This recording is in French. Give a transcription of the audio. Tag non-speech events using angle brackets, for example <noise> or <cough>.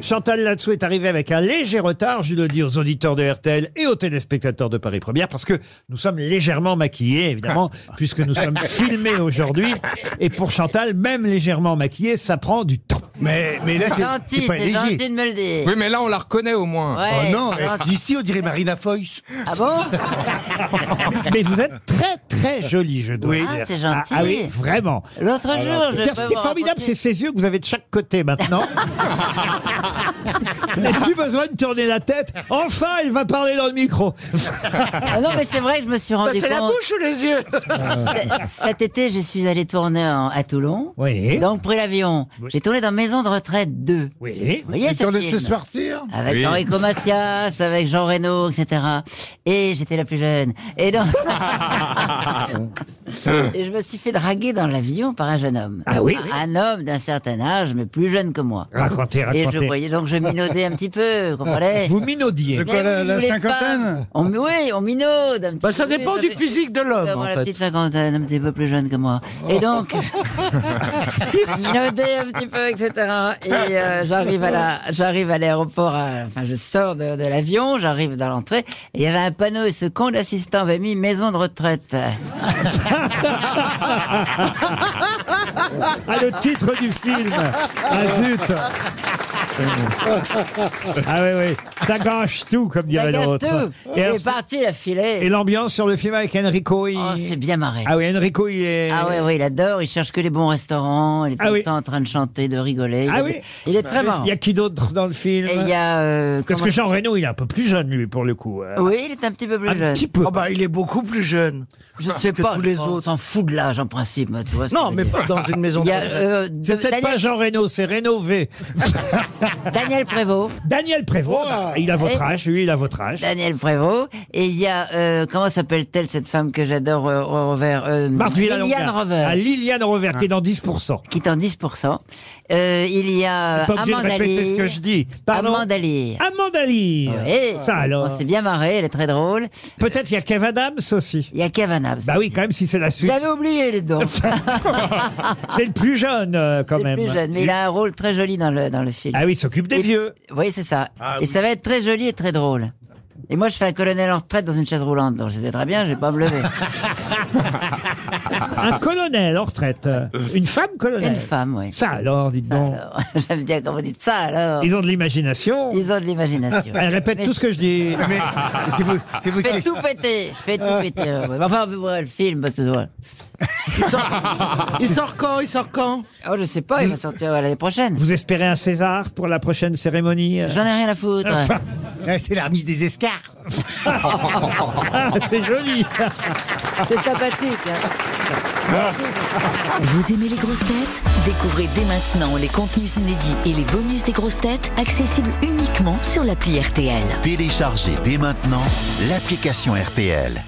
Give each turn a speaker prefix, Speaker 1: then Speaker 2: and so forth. Speaker 1: Chantal Latsou est arrivée avec un léger retard, je le dis aux auditeurs de RTL et aux téléspectateurs de Paris Première, parce que nous sommes légèrement maquillés, évidemment, puisque nous sommes filmés aujourd'hui. Et pour Chantal, même légèrement maquillée, ça prend du temps.
Speaker 2: Mais, mais là,
Speaker 3: C'est
Speaker 2: c'est-
Speaker 3: gentil,
Speaker 2: c'est Ah, pas
Speaker 3: c'est gentil
Speaker 2: léger.
Speaker 3: de me le dire.
Speaker 4: Oui, mais là, on la reconnaît au moins.
Speaker 3: Ouais, Ah.
Speaker 2: Oh non,
Speaker 3: c'est
Speaker 2: eh,
Speaker 3: gentil.
Speaker 2: d'ici, on dirait Marina Foïs.
Speaker 3: Ah bon
Speaker 1: Mais vous êtes très, très jolie, je dois
Speaker 2: Oui.
Speaker 1: dire.
Speaker 3: Ah, c'est
Speaker 1: Ah,
Speaker 3: gentil.
Speaker 1: ah oui, vraiment.
Speaker 3: L'autre jour, je
Speaker 1: D'ailleurs, Ce
Speaker 3: peux
Speaker 1: qui est
Speaker 3: vous
Speaker 1: formidable,
Speaker 3: raconter-
Speaker 1: c'est ces yeux que vous avez de chaque côté
Speaker 3: <laughs>
Speaker 1: maintenant. Elle n'a plus besoin de tourner la tête. Enfin, elle va parler dans le micro.
Speaker 3: Ah non, mais c'est vrai que je me suis rendu compte.
Speaker 5: ou les yeux
Speaker 3: C- <laughs> Cet été, je suis allé tourner en- à Toulon.
Speaker 1: Oui.
Speaker 3: Donc, pris l'avion. J'ai tourné dans Maison de retraite 2. Vous
Speaker 1: Oui.
Speaker 3: voyez
Speaker 2: Sur
Speaker 3: ce
Speaker 2: le
Speaker 3: film
Speaker 2: se partir
Speaker 3: Avec
Speaker 4: Oui.
Speaker 3: Enrico Macias, avec Jean Reno, etc. Et j'étais la plus jeune. Et donc... <laughs> Et je me suis fait draguer dans l'avion par un jeune homme.
Speaker 1: Ah oui, oui.
Speaker 3: Un homme d'un certain âge, mais plus jeune que moi.
Speaker 1: Racontez,
Speaker 3: Et
Speaker 1: racontez.
Speaker 3: je voyais donc je minaudais un petit peu, vous comprenez
Speaker 1: Vous minaudiez.
Speaker 2: De quoi,
Speaker 3: Mais
Speaker 2: la,
Speaker 3: oui,
Speaker 2: la
Speaker 3: nous, les femmes,
Speaker 2: cinquantaine
Speaker 3: on, Oui, on minaude. un petit
Speaker 5: bah, Ça
Speaker 3: peu, les
Speaker 5: dépend
Speaker 3: femmes-
Speaker 5: du physique de
Speaker 3: Je vais
Speaker 5: l'homme,
Speaker 3: avoir
Speaker 5: en
Speaker 3: la
Speaker 5: fait.
Speaker 3: Bah,
Speaker 5: Oh.
Speaker 3: petite cinquantaine, un petit peu plus jeune que moi. Et donc, minauder un petit peu, etc. Et euh, j'arrive à la, j'arrive à l'aéroport. à- Enfin, je sors de, de l'avion, j'arrive dans l'entrée. Et il y avait un panneau et ce con d'assistant avait mis maison de retraite.
Speaker 1: Ah, le titre du film. Ah, zut. Ah oui, oui. Ça gâche tout, comme
Speaker 3: Ça
Speaker 1: dirait
Speaker 3: gâche
Speaker 1: l'autre.
Speaker 3: tout.
Speaker 1: Et,
Speaker 3: Et
Speaker 1: alors,
Speaker 3: est parti la
Speaker 1: et
Speaker 3: filet.
Speaker 1: l'ambiance sur le film avec Enrico, il...
Speaker 3: Oh, c'est bien marré.
Speaker 1: Ah oui, Enrico, il est...
Speaker 3: Ah ouais, ouais, il adore, il cherche que les bons restaurants, il est tout
Speaker 1: Ah oui.
Speaker 3: le temps en train de chanter, de rigoler. Il
Speaker 1: Ah
Speaker 3: est-
Speaker 1: oui.
Speaker 3: Il est très marrant.
Speaker 1: Il y a qui d'autre dans le film
Speaker 3: Et il y a... euh,
Speaker 1: Parce
Speaker 3: comment-
Speaker 1: que Jean Reno, il est un peu plus jeune, lui, pour le coup. Euh,
Speaker 3: Oui, il est un petit peu plus
Speaker 1: un
Speaker 3: jeune.
Speaker 1: petit peu.
Speaker 5: Oh bah, il est beaucoup plus jeune.
Speaker 3: Je ne sais
Speaker 5: que
Speaker 3: pas,
Speaker 5: tous les
Speaker 3: je pense,
Speaker 5: autres.
Speaker 3: On s'en fout de l'âge en principe, moi, tu vois. ce que
Speaker 5: Non,
Speaker 3: je
Speaker 5: mais
Speaker 3: veux dire.
Speaker 5: pas dans une maison
Speaker 3: Il y a,
Speaker 5: de retraite.
Speaker 3: euh, de-
Speaker 1: C'est peut-être pas
Speaker 3: Daniel,
Speaker 1: Jean Reno, c'est rénové.
Speaker 3: <laughs> Daniel Prévost.
Speaker 1: Daniel Prévost, bah, il a votre
Speaker 3: Et-
Speaker 1: âge, lui, il a votre âge.
Speaker 3: Daniel Prévost. Et il y a, euh, comment s'appelle-t-elle cette femme que j'adore, euh, au revers euh,
Speaker 1: Marthe Villalonga.
Speaker 3: Liliane Rover,
Speaker 1: Ah, Liliane Rover, qui est dans 10%.
Speaker 3: qui est en 10%. Euh, il y a
Speaker 1: Pas obligé de
Speaker 3: Amanda
Speaker 1: répéter ce que je dis. Pardon.
Speaker 3: Amanda Lear.
Speaker 1: Amanda Lear.
Speaker 3: Oui.
Speaker 1: Ça alors.
Speaker 3: On s'est Oh, bien marré, elle est très drôle.
Speaker 1: Peut-être il y a Kev Adams aussi.
Speaker 3: Il y a Kevin Abs.
Speaker 1: Bah oui, quand même, si c'est la
Speaker 3: Je
Speaker 1: suite.
Speaker 3: l'avais oublié, les dents.
Speaker 1: C'est le plus jeune, euh, quand
Speaker 3: C'est
Speaker 1: même.
Speaker 3: plus jeune, mais il a un rôle très joli dans le, dans le film.
Speaker 1: Ah oui, il s'occupe des
Speaker 3: Et-
Speaker 1: vieux.
Speaker 3: Oui, c'est ça. et ça va être très joli et très drôle. Et moi, je fais un colonel en retraite dans une chaise roulante, donc c'était très bien, je vais pas me
Speaker 1: <laughs>
Speaker 3: lever.
Speaker 1: Un colonel en retraite. Euh, Une femme colonel.
Speaker 3: Ah. Une femme, oui.
Speaker 1: Ça alors, dites
Speaker 3: Ça,
Speaker 1: donc.
Speaker 3: alors. J'aime bien quand vous dites ça, alors.
Speaker 1: Ils ont Ah, de l'imagination.
Speaker 3: Ils ont de l'imagination.
Speaker 1: Elle répète
Speaker 3: Mais
Speaker 1: tout ce que je dis.
Speaker 2: Mais c'est vous, c'est vous
Speaker 3: Je fais
Speaker 2: qui-
Speaker 3: euh, tout péter, je fais tout péter.
Speaker 1: Ah.
Speaker 3: euh, ouais. Enfin, vous verrez le film, parce
Speaker 1: <laughs>
Speaker 3: que... voilà.
Speaker 5: Il sort... il sort quand Il sort quand
Speaker 3: Oh, je sais pas, il va sortir euh, l'année prochaine.
Speaker 1: Vous espérez un César pour la prochaine cérémonie euh
Speaker 3: J'en ai rien à foutre.
Speaker 2: Eh, C'est la remise des <laughs> escarres.
Speaker 1: Ah, c'est joli.
Speaker 3: C'est sympathique. hein.
Speaker 6: Vous aimez les grosses têtes Découvrez dès maintenant les contenus inédits et les bonus des grosses têtes accessibles uniquement sur l'appli RTL.
Speaker 7: Téléchargez dès maintenant l'application RTL.